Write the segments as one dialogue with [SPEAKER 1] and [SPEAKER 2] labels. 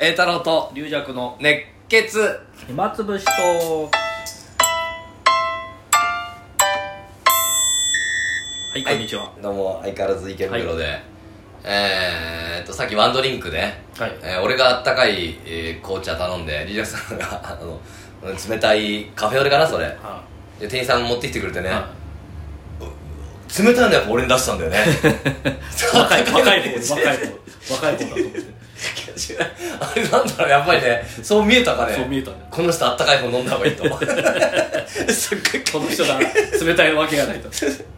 [SPEAKER 1] 栄太郎と龍尺の熱血
[SPEAKER 2] 暇つぶしとはいこんにちは、
[SPEAKER 1] どうも相変わらず池袋で、えーっとさっきワンドリンクね、
[SPEAKER 2] はい
[SPEAKER 1] えー俺があったかい、えー紅茶頼んで龍尺さんがあの冷たいカフェオレかなそれ
[SPEAKER 2] あ
[SPEAKER 1] で店員さん持ってきてくれてね、
[SPEAKER 2] あ
[SPEAKER 1] 冷たいのやっぱ俺に出した んだよね
[SPEAKER 2] 若い若い
[SPEAKER 1] ね
[SPEAKER 2] 子若い子若い子だと思って
[SPEAKER 1] あれなんだろうやっぱりねそう見えたかね
[SPEAKER 2] そう見えたね
[SPEAKER 1] この人あったかい方飲んだ方がいいと すっごい
[SPEAKER 2] この人が冷たいわけがないと
[SPEAKER 1] この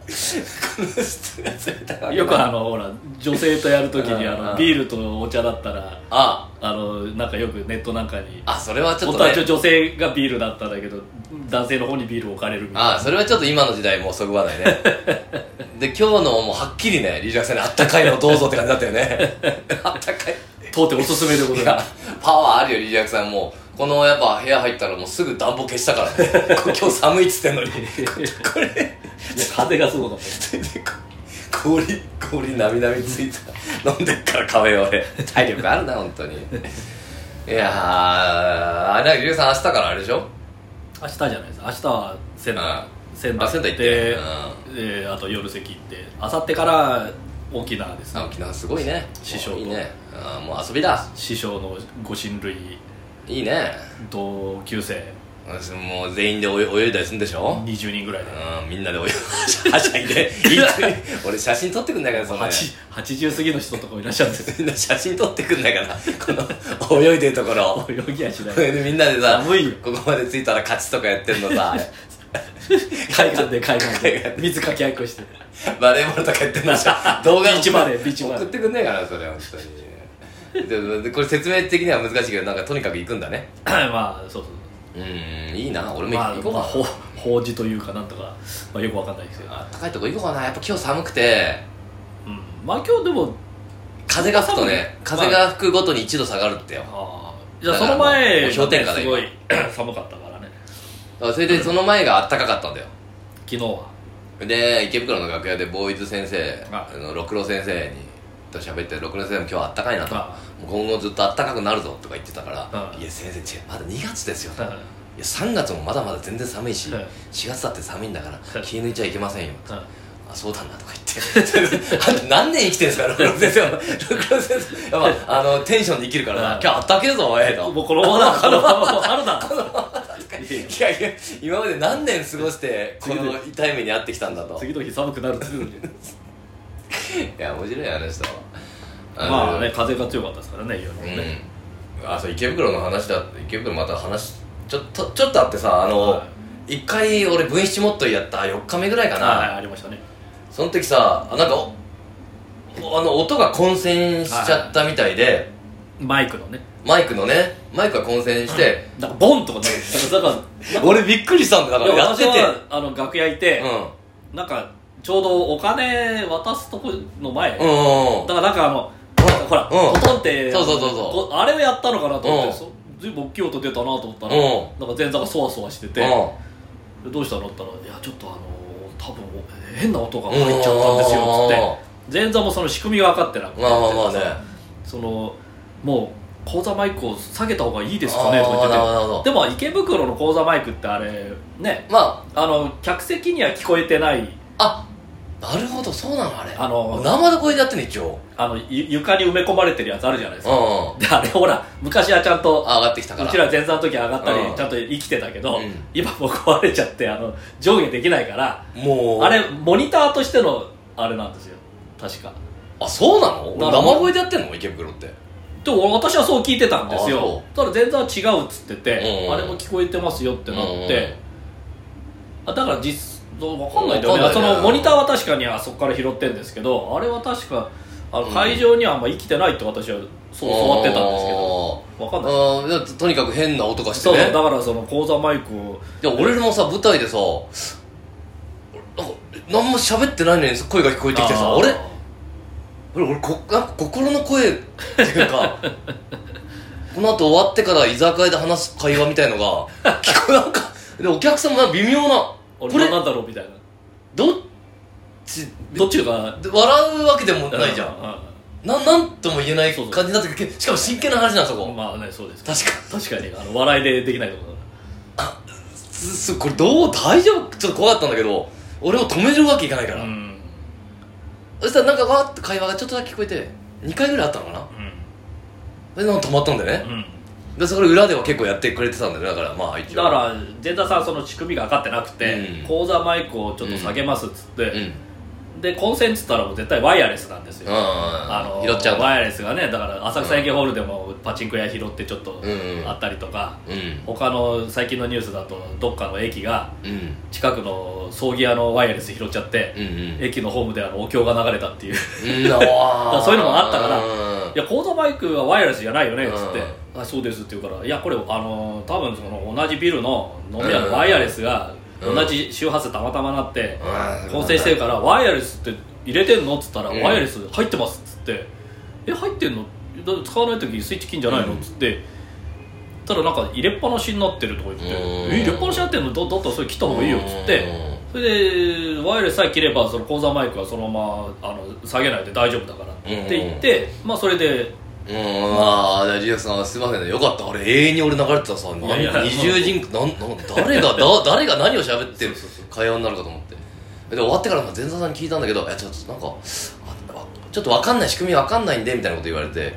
[SPEAKER 1] 人が冷たいわけ
[SPEAKER 2] よくあのほら女性とやるときにあ
[SPEAKER 1] うんうん
[SPEAKER 2] のビールとお茶だったら
[SPEAKER 1] あ
[SPEAKER 2] あのなんかよくネットなんかに
[SPEAKER 1] あそれはちょ
[SPEAKER 2] 本
[SPEAKER 1] っと
[SPEAKER 2] 当
[SPEAKER 1] ね
[SPEAKER 2] は女性がビールだったんだけど男性の方にビールを置かれるみたいな
[SPEAKER 1] ああそれはちょっと今の時代もうそぐわ ないねで今日のもうはっきりねリーダーさんにあったかいのどうぞって感じだったよね あったかい
[SPEAKER 2] 当店おすすめでござ
[SPEAKER 1] い
[SPEAKER 2] いま
[SPEAKER 1] や
[SPEAKER 2] す
[SPEAKER 1] パワーあるよリーダーさんもうこのやっぱ部屋入ったらもうすぐ暖房消したから ねこ今日寒いっつってんのにここれ
[SPEAKER 2] いや風がすごかった
[SPEAKER 1] 氷氷なみなみついた飲んでっからカフェオレ体力あるな本当にいやーあれだリュウさん明日からあれでしょ
[SPEAKER 2] 明日じゃないです明日は仙台
[SPEAKER 1] うん
[SPEAKER 2] 仙
[SPEAKER 1] あ
[SPEAKER 2] 台
[SPEAKER 1] 仙台行って
[SPEAKER 2] でえーあと夜席行って明後日から沖縄ですね
[SPEAKER 1] あ沖縄すごいね
[SPEAKER 2] 師匠
[SPEAKER 1] も
[SPEAKER 2] と
[SPEAKER 1] ういいねあーもう遊びだ
[SPEAKER 2] 師匠のご親類
[SPEAKER 1] いいね
[SPEAKER 2] 同級生
[SPEAKER 1] 私もう全員で泳い泳いだりするんでしょ
[SPEAKER 2] 20人ぐらいで
[SPEAKER 1] うんみんなで泳いはしゃ いでいい俺写真撮ってくんないからそんな
[SPEAKER 2] 8 80過ぎの人とかもいらっしゃるん ですよ
[SPEAKER 1] みんな写真撮ってくんないからこの泳いでるところ
[SPEAKER 2] 泳ぎはしない
[SPEAKER 1] それでみんなでさ
[SPEAKER 2] 寒いよ
[SPEAKER 1] ここまで着いたら勝ちとかやってんのさ
[SPEAKER 2] 海岸で海岸
[SPEAKER 1] 海
[SPEAKER 2] で水かきあいっこして
[SPEAKER 1] バレーボールとかやってん のさ動画
[SPEAKER 2] ビーチバレービーチバレー
[SPEAKER 1] 送ってくんないかなそれ本当にででこれ説明的には難しいけどなんかとにかく行くんだね
[SPEAKER 2] まあそうそう
[SPEAKER 1] うんいいな俺も
[SPEAKER 2] まあ
[SPEAKER 1] 行こうか
[SPEAKER 2] まあほ法事というかなんとかまあよくわかんないですけど
[SPEAKER 1] あったかいとこ行こうかなやっぱ今日寒くて
[SPEAKER 2] うんまあ今日でも
[SPEAKER 1] 風が吹くとね
[SPEAKER 2] 寒い
[SPEAKER 1] 風が吹くごとに一度下がるってよ
[SPEAKER 2] ああじゃあ
[SPEAKER 1] だ
[SPEAKER 2] そ
[SPEAKER 1] から
[SPEAKER 2] の前
[SPEAKER 1] もう氷点下だ
[SPEAKER 2] す
[SPEAKER 1] よ
[SPEAKER 2] ごい 寒かったからね
[SPEAKER 1] あそれでその前があったかかったんだよ
[SPEAKER 2] 昨日は
[SPEAKER 1] で池袋の楽屋でボーイズ先生
[SPEAKER 2] あ
[SPEAKER 1] あの六郎先生にと喋って六郎先生も今日はあったかいなと
[SPEAKER 2] あ
[SPEAKER 1] もう今後ずっとあったかくなるぞとか言ってたから
[SPEAKER 2] あ
[SPEAKER 1] いや先生違うまだ2月ですよ
[SPEAKER 2] うん
[SPEAKER 1] いや3月もまだまだ全然寒いし
[SPEAKER 2] はい
[SPEAKER 1] 4月だって寒いんだから
[SPEAKER 2] い
[SPEAKER 1] 気抜いちゃいけませんよ
[SPEAKER 2] うん
[SPEAKER 1] あそうだなとか言って あんた何年生きてるんですか六郎先生は六郎先生やっぱあのテンションで生きるから
[SPEAKER 2] う
[SPEAKER 1] なん今日あったけえぞおいと
[SPEAKER 2] もうこのままだこのまま春だ
[SPEAKER 1] いやいや今まで何年過ごしてこの痛い目に遭ってきたんだと
[SPEAKER 2] 次の日寒くなるっていうのに
[SPEAKER 1] いや面白いあの人は
[SPEAKER 2] まあね風が強かったですからね夜もね
[SPEAKER 1] うんあそう池袋の話だ池袋また話ちょっとちょっとあってさあの、
[SPEAKER 2] は
[SPEAKER 1] 一回俺分七もっとやった4日目ぐらいかな、
[SPEAKER 2] はいありましたね
[SPEAKER 1] その時さあなんかおおあの音が混戦しちゃったみたいで、
[SPEAKER 2] マイクのね
[SPEAKER 1] マイクのねマイクが混戦して、
[SPEAKER 2] なんかボンとかねなんかなんか
[SPEAKER 1] 俺びっくりしたんだだ
[SPEAKER 2] い
[SPEAKER 1] か
[SPEAKER 2] や
[SPEAKER 1] らやっ
[SPEAKER 2] 私
[SPEAKER 1] てて
[SPEAKER 2] はあの楽屋いて
[SPEAKER 1] う
[SPEAKER 2] なんかちょうどお金渡すとこの前
[SPEAKER 1] んう
[SPEAKER 2] だ
[SPEAKER 1] んうんうん
[SPEAKER 2] からなんかあの
[SPEAKER 1] うん
[SPEAKER 2] ほら
[SPEAKER 1] うん
[SPEAKER 2] ポトンって
[SPEAKER 1] そうそうそうそう
[SPEAKER 2] こあれをやったのかなと思
[SPEAKER 1] う
[SPEAKER 2] っ
[SPEAKER 1] ん
[SPEAKER 2] てそ随分大きい音出たなと思ったら
[SPEAKER 1] うん
[SPEAKER 2] なんか前座がそわそわしてて
[SPEAKER 1] う
[SPEAKER 2] でどうしたのって言ったら「いやちょっとあの多分変な音が入っちゃったんですよ」っつって前座もその仕組みが分かってなくて
[SPEAKER 1] まあまあまあね
[SPEAKER 2] そのもう講座マイクを下げた方がいいですかねとか言
[SPEAKER 1] あーなるほどな
[SPEAKER 2] っ
[SPEAKER 1] るほど
[SPEAKER 2] ててでも池袋の講座マイクってあれね
[SPEAKER 1] ま
[SPEAKER 2] あの客席には聞こえてない
[SPEAKER 1] ああなるほどそうなのあれ
[SPEAKER 2] あの
[SPEAKER 1] 生でこれでやってんの一応
[SPEAKER 2] あのゆ床に埋め込まれてるやつあるじゃないです
[SPEAKER 1] うんう
[SPEAKER 2] か
[SPEAKER 1] ん
[SPEAKER 2] であれほら昔はちゃんと
[SPEAKER 1] あ上がってきたから
[SPEAKER 2] うちら前座の時は上がったり
[SPEAKER 1] うん
[SPEAKER 2] ちゃんと生きてたけど、
[SPEAKER 1] うん
[SPEAKER 2] 今もう壊れちゃってあの上下できないから
[SPEAKER 1] もう
[SPEAKER 2] あれモニターとしてのあれなんですよ確か
[SPEAKER 1] あそうなの
[SPEAKER 2] な
[SPEAKER 1] 俺
[SPEAKER 2] るほど
[SPEAKER 1] 生声でやってんの池袋って
[SPEAKER 2] でも私はそう聞いてたんです
[SPEAKER 1] あ
[SPEAKER 2] よ
[SPEAKER 1] そ
[SPEAKER 2] ただ全然違うっつってて、
[SPEAKER 1] うん
[SPEAKER 2] あれも聞こえてますよってなって、あだから実分かんないんだ
[SPEAKER 1] わ
[SPEAKER 2] よ
[SPEAKER 1] か
[SPEAKER 2] ね
[SPEAKER 1] ん
[SPEAKER 2] そ
[SPEAKER 1] ないね
[SPEAKER 2] のモニターは確かにあそこから拾ってんですけどあれは確かあの会場にはあんま生きてないって私はそう教わってたんですけど分かんない
[SPEAKER 1] どうんいやととにかく変な音がして
[SPEAKER 2] そうだ
[SPEAKER 1] ね
[SPEAKER 2] からその講座マイクを
[SPEAKER 1] で俺もさ舞台でさなんか何も喋ってないのに声が聞こえてきてさ
[SPEAKER 2] あー
[SPEAKER 1] 俺俺俺こなんか心の声っていう かこの後終わってから居酒屋で話す会話みたいのが聞こえなんかでお客さんもなんか微妙なこ
[SPEAKER 2] 俺
[SPEAKER 1] れ
[SPEAKER 2] のなんだろうみたいな
[SPEAKER 1] どっち
[SPEAKER 2] どっちが
[SPEAKER 1] 笑うわけでもないじゃん
[SPEAKER 2] ん
[SPEAKER 1] なんなんとも言えない
[SPEAKER 2] そうそう
[SPEAKER 1] 感じになってくるけしかも真剣な話なんそこ、
[SPEAKER 2] まあねそうです
[SPEAKER 1] 確か
[SPEAKER 2] 確かにあの笑いでできないところだ
[SPEAKER 1] すすこれどう大丈夫ちょっと怖かったんだけど俺を止めるわけいかないか、
[SPEAKER 2] かららうん、
[SPEAKER 1] そしたらなんかわーって会話がちょっとだけ聞こえて2回ぐらいあったのかなでなんか止まったんだよ
[SPEAKER 2] う
[SPEAKER 1] ね、
[SPEAKER 2] ん、
[SPEAKER 1] でそれ裏では結構やってくれてたんだよねだからまあ一
[SPEAKER 2] だ
[SPEAKER 1] 応
[SPEAKER 2] から善田さんその仕組みが分かってなくて、
[SPEAKER 1] うん
[SPEAKER 2] 口座マイクをちょっと下げますっつって、
[SPEAKER 1] うん
[SPEAKER 2] でコンセントっつったらもう絶対ワイヤレスなんですよ、あ
[SPEAKER 1] あ
[SPEAKER 2] の
[SPEAKER 1] 拾っちゃうんだ
[SPEAKER 2] ワイヤレスがねだから浅草駅ホールでもパチンコ屋拾ってちょっと
[SPEAKER 1] うんうん
[SPEAKER 2] あったりとか、
[SPEAKER 1] うん
[SPEAKER 2] 他の最近のニュースだとどっかの駅が
[SPEAKER 1] うん
[SPEAKER 2] 近くの葬儀屋のワイヤレス拾っちゃって、
[SPEAKER 1] うんうん
[SPEAKER 2] 駅のホームであのお経が流れたっていう
[SPEAKER 1] うんあ
[SPEAKER 2] ら
[SPEAKER 1] ー
[SPEAKER 2] そういうのもあったから
[SPEAKER 1] うん
[SPEAKER 2] いやコードバイクはワイヤレスじゃないよねっつって、
[SPEAKER 1] う
[SPEAKER 2] あそうですって言うからいやこれあの多分その同じビルの飲み屋のワイヤレスが
[SPEAKER 1] う
[SPEAKER 2] 同
[SPEAKER 1] ん
[SPEAKER 2] じ周波数たまたまなって
[SPEAKER 1] うん
[SPEAKER 2] 混戦してるからワイヤレスって入れてんのっつったら、
[SPEAKER 1] うん
[SPEAKER 2] ワイヤレス入ってますっつってえ入ってんのだって使わない時スイッチ切んじゃないの
[SPEAKER 1] う
[SPEAKER 2] っ
[SPEAKER 1] ん
[SPEAKER 2] つってたらなんか入れっぱなしになってるとか言って、
[SPEAKER 1] うん
[SPEAKER 2] え入れっぱなしになってんのだだったらそれ切った方がいいよっつって、
[SPEAKER 1] うん
[SPEAKER 2] それでワイヤレスさえ切ればその口座マイクはそのままあの下げないで大丈夫だからって言って、まあそれで
[SPEAKER 1] うんああリアさんすいませんねよかったあれ永遠に俺流れてたさ
[SPEAKER 2] いやいや
[SPEAKER 1] 二重人口なんなん誰 がだ誰が何を喋ってる会話になるかと思ってで終わってからなんか前座さんに聞いたんだけどいやちょっとなんかあわちょっと分かんない仕組み分かんないんでみたいなこと言われて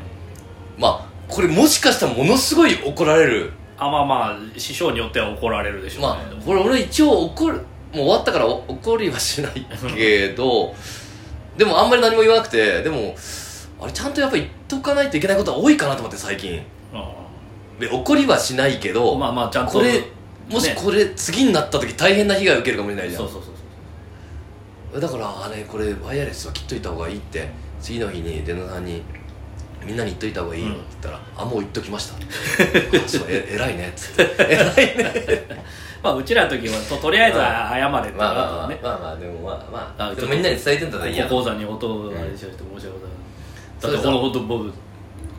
[SPEAKER 1] まあこれもしかしたらものすごい怒られる
[SPEAKER 2] あまあまあ師匠によっては怒られるでしょうね、
[SPEAKER 1] まあこれ俺一応怒るもう終わったからお怒りはしないけどでもあんまり何も言わなくてでもあれちゃんとやっぱ言っとかないといけないことは多いかなと思って最近で怒りはしないけ
[SPEAKER 2] う
[SPEAKER 1] ど、
[SPEAKER 2] んまあまあちゃんと
[SPEAKER 1] これもし
[SPEAKER 2] ね
[SPEAKER 1] これ次になった時大変な被害を受けるかもしれないじゃ
[SPEAKER 2] そ
[SPEAKER 1] ん
[SPEAKER 2] うそうそうそう
[SPEAKER 1] だからあれこれワイヤレスは切っといた方がいいって次の日にデナさんに「みんなに言っといた方がいいよ」って言ったら「あもう言っときました」 あそうえ偉いね」っつって「偉いね」
[SPEAKER 2] まあうちらの時はととりあえずは謝れってな
[SPEAKER 1] まあ
[SPEAKER 2] かった
[SPEAKER 1] まあまあ、
[SPEAKER 2] のね
[SPEAKER 1] まあまあでもまあまあ
[SPEAKER 2] あ
[SPEAKER 1] でもみんなに伝えてんだったらいいや
[SPEAKER 2] ここ講座に音をあれしちゃって申し訳ございません
[SPEAKER 1] そ
[SPEAKER 2] だ
[SPEAKER 1] うで
[SPEAKER 2] っ
[SPEAKER 1] す
[SPEAKER 2] てこのこと僕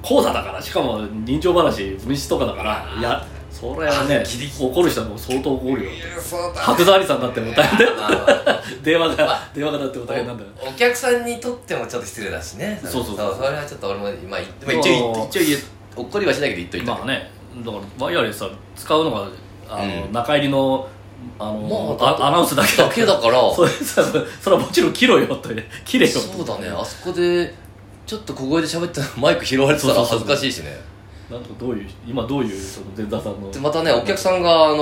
[SPEAKER 2] 講座だからしかも人情話分子とかだからいやそれはね
[SPEAKER 1] ギリギ
[SPEAKER 2] 怒る人はもう相当怒るよ
[SPEAKER 1] いやそうだ
[SPEAKER 2] 白沢兄さんだってもう大変だよ
[SPEAKER 1] まあまあ
[SPEAKER 2] 電話が電話がだっても大変なんだよ
[SPEAKER 1] おお客さんにとってもちょっと失礼だしね
[SPEAKER 2] そうそう
[SPEAKER 1] それはちょっと俺も今、まあ、言ってまあ一応言って一応言怒りはしないけど言っといた、
[SPEAKER 2] まあねだからワイヤレスは使うのがあの、
[SPEAKER 1] うん
[SPEAKER 2] 中入りのあの、
[SPEAKER 1] まあだって
[SPEAKER 2] あアナウンスだけ
[SPEAKER 1] だけだから
[SPEAKER 2] それそれそれはもちろん切ろよと切れよ
[SPEAKER 1] そうだねあそこでちょっと小声で喋ってたら マイク拾われてたら恥ずかしいしね
[SPEAKER 2] なんとどういう今どういうその前座さんの
[SPEAKER 1] でまたねお客さんがあ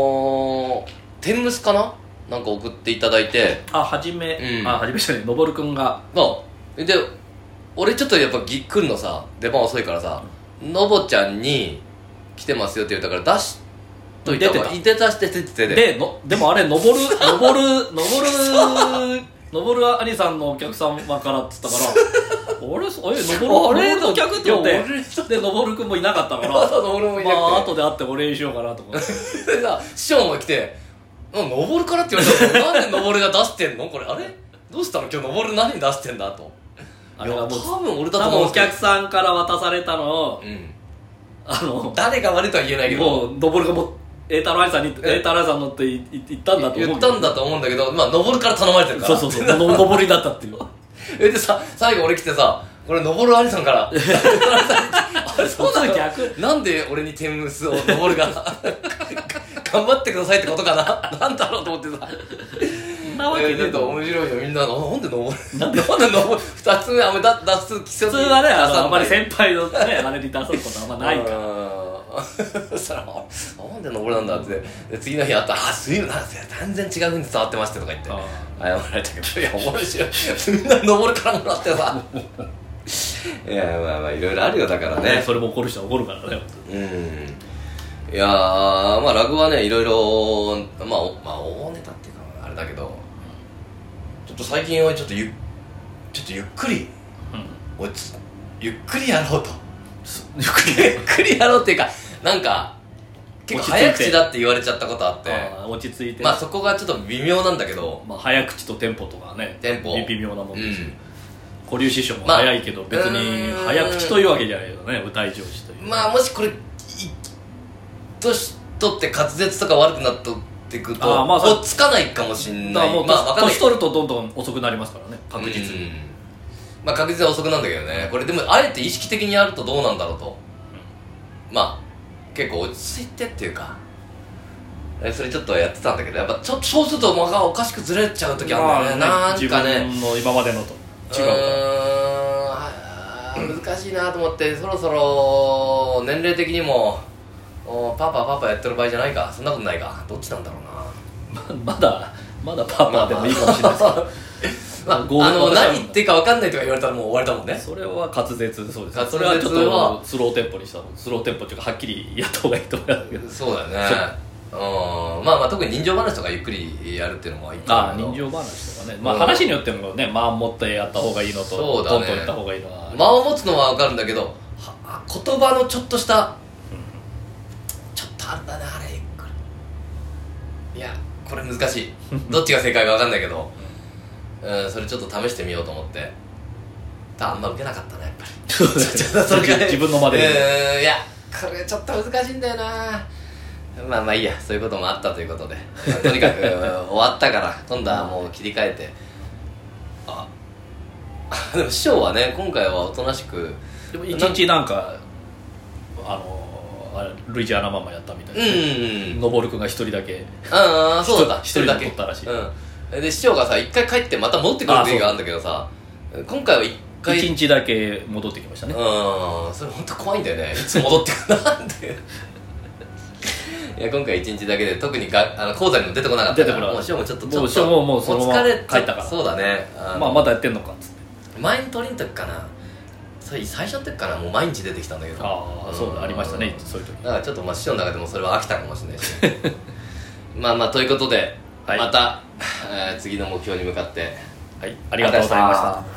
[SPEAKER 1] のー、天むすかななんか送っていただいて
[SPEAKER 2] あはじめ、
[SPEAKER 1] うん
[SPEAKER 2] あはじめじゃないのぼるくんが
[SPEAKER 1] まあで俺ちょっとやっぱぎっくんのさ出番遅いからさのぼちゃんに来てますよって言ったから出しといた方が
[SPEAKER 2] 出
[SPEAKER 1] 出たして出ててで
[SPEAKER 2] でのでもあれのぼる のぼるのぼるのぼる兄さんのお客様からっつったから あれそえのぼる
[SPEAKER 1] あれ
[SPEAKER 2] のぼるお客って言っ
[SPEAKER 1] いや
[SPEAKER 2] て
[SPEAKER 1] 俺ちょっ
[SPEAKER 2] でのぼるくんもいなかったから
[SPEAKER 1] そうそう 俺もいなく
[SPEAKER 2] ま
[SPEAKER 1] て
[SPEAKER 2] あ後で会ってお礼しようかなとか
[SPEAKER 1] でさ師匠も来て「あ登るから」って言われたら「なんで登るが出してんのこれあれどうしたの今日登る何出してんだ?」と
[SPEAKER 2] あ
[SPEAKER 1] い
[SPEAKER 2] れ
[SPEAKER 1] や
[SPEAKER 2] は
[SPEAKER 1] 多
[SPEAKER 2] もう
[SPEAKER 1] 分俺だと
[SPEAKER 2] 多
[SPEAKER 1] 思
[SPEAKER 2] 分
[SPEAKER 1] うん
[SPEAKER 2] お
[SPEAKER 1] です
[SPEAKER 2] 客さんから渡されたのを
[SPEAKER 1] けどうん
[SPEAKER 2] あの
[SPEAKER 1] 誰が悪いとは言えないけ
[SPEAKER 2] も
[SPEAKER 1] ど
[SPEAKER 2] う登るがもう栄太郎兄さんに
[SPEAKER 1] え
[SPEAKER 2] 栄太郎兄さんのって言言ったんだと思う
[SPEAKER 1] 言ったんだと思うんだけどまあ登るから頼まれてるから
[SPEAKER 2] そうそうそうの登りだったっていう
[SPEAKER 1] えでさ最後俺来てさこれ登る兄さんから
[SPEAKER 2] あれ そうなの逆
[SPEAKER 1] なんで俺に天むすを登るが 頑張ってくださいってことかななんだろうと思ってさ
[SPEAKER 2] なわけ
[SPEAKER 1] え
[SPEAKER 2] ね
[SPEAKER 1] ーちょ
[SPEAKER 2] え
[SPEAKER 1] っ
[SPEAKER 2] と
[SPEAKER 1] と
[SPEAKER 2] 思う
[SPEAKER 1] 面白いよみんななんで登るなんで登る2つ目あんまだ出す季節
[SPEAKER 2] 普通はねあのあんまり
[SPEAKER 1] ん
[SPEAKER 2] 先輩のねあれに出すことはあんまないから
[SPEAKER 1] ら そしたら「なんで登るなんだ」ってで次の日あったら「あすいません全然違う風に伝わってました」とか言って
[SPEAKER 2] あ
[SPEAKER 1] 謝られたけどいや面白いみんな登るからもらってさ いやまあまあいろいろあるよだからね
[SPEAKER 2] ねそれも怒る人は怒るからね
[SPEAKER 1] うんいやーまあラグはねいろいろまあ、おまあ、大ネタっていうかあれだけどちょっと最近はちょっとゆちょっとゆっくり
[SPEAKER 2] うん
[SPEAKER 1] おいつゆっくりやろうと
[SPEAKER 2] す
[SPEAKER 1] ゆっくりやろうっていうかなんか結構
[SPEAKER 2] 落ち着いて
[SPEAKER 1] 早口だって言われちゃったことあって
[SPEAKER 2] あー落ち着いて
[SPEAKER 1] まあそこがちょっと微妙なんだけど
[SPEAKER 2] まあ早口とテンポとかね
[SPEAKER 1] テンポ
[SPEAKER 2] 微妙なもん
[SPEAKER 1] う
[SPEAKER 2] ですよ
[SPEAKER 1] ん
[SPEAKER 2] 古流師匠も早いけど
[SPEAKER 1] まあ
[SPEAKER 2] 別に早口というわけじゃないよね歌い上手という
[SPEAKER 1] まあもしこれい年取って滑舌とか悪くなっとってく
[SPEAKER 2] あー
[SPEAKER 1] と
[SPEAKER 2] まあそれ
[SPEAKER 1] 落ち着かないかもしん
[SPEAKER 2] だか
[SPEAKER 1] な
[SPEAKER 2] らも、
[SPEAKER 1] いうまあわかんない
[SPEAKER 2] 年取るとどんどん遅くなりますからね確実に、
[SPEAKER 1] にまあ確実は遅くなんだけどねこれでもあえて意識的にやるとどうなんだろうとまあ結構落ち着いてっていうかえそれちょっとやってたんだけどやっぱちょっとそうすると間がおかしくずれちゃう時あるんだよね,、なんかね
[SPEAKER 2] 自分の今までのと違うから
[SPEAKER 1] うーんあー難しいなと思ってそろそろ年齢的にもおーパパパパやってる場合じゃないかそんなことないかどっちなんだろうな
[SPEAKER 2] ままだまだパパでもいいかもしれないですけど
[SPEAKER 1] まあ、あの何言ってるか分かんないとか言われたらもう終わりだもんね
[SPEAKER 2] それは滑舌そうですね
[SPEAKER 1] 滑舌は
[SPEAKER 2] それはちょっとスローテンポにした方がスローテンポっていうかはっきりやった方がいいと思いますけど
[SPEAKER 1] そうだよねうんまあまあ特に人情話とかゆっくりやるっていうのもいいと
[SPEAKER 2] あ
[SPEAKER 1] 思う
[SPEAKER 2] あ
[SPEAKER 1] けど
[SPEAKER 2] 人情話とかね、まあ、
[SPEAKER 1] うん
[SPEAKER 2] 話によってもね間を持ってやった方がいいのと
[SPEAKER 1] そうだ
[SPEAKER 2] トン
[SPEAKER 1] ね
[SPEAKER 2] トンやった方がいいのは、
[SPEAKER 1] 間を持つのは分かるんだけどは言葉のちょっとしたちょっとあんだねあれこれいやこれ難 しいどっちが正解か分かんないけどうんそれちょっと試してみようと思ってたあんま受けなかったねやっぱり
[SPEAKER 2] そうだね
[SPEAKER 1] ちょっとそれが ね
[SPEAKER 2] 自分の間で
[SPEAKER 1] うんいやこれちょっと難しいんだよなまあまあいいやそういうこともあったということで とにかく終わったから今度はもう切り替えてあ でも師匠はね今回はおとなしく
[SPEAKER 2] でも一日なんかあのあれルイジアナママやったみたい
[SPEAKER 1] うん
[SPEAKER 2] な、
[SPEAKER 1] うん うん
[SPEAKER 2] のぼるくんが一人だけ
[SPEAKER 1] ああそうだった
[SPEAKER 2] 一
[SPEAKER 1] 一
[SPEAKER 2] 人
[SPEAKER 1] 人だけ
[SPEAKER 2] 一人残ったらしい
[SPEAKER 1] うん、で市長がさ一回帰ってまた戻ってくる時があるんだけどさ今回は一回
[SPEAKER 2] 一日だけ戻ってきましたね
[SPEAKER 1] うんそれ本当怖いんだよねいつ戻ってくるなんていや今回一日だけで特にがあの講座にも出てこなかっ
[SPEAKER 2] 出
[SPEAKER 1] た
[SPEAKER 2] てこなかった
[SPEAKER 1] もう師匠もちょっと
[SPEAKER 2] もう
[SPEAKER 1] ちょっ
[SPEAKER 2] 師匠
[SPEAKER 1] と
[SPEAKER 2] ももうそのまま
[SPEAKER 1] お疲れ
[SPEAKER 2] 帰ったから
[SPEAKER 1] そうだねあ
[SPEAKER 2] まあまだやってんのかっつって
[SPEAKER 1] 前の取りの時かなそれ最初の時かなもう毎日出てきたんだけど
[SPEAKER 2] ああそうだありましたねそういう時
[SPEAKER 1] だからちょっとまあ師匠の中でもそれは飽きたかもしれないし まあまあということで、
[SPEAKER 2] はい
[SPEAKER 1] また、えー次の目標に向かって
[SPEAKER 2] はいありがとうございまし
[SPEAKER 1] ありがとうございました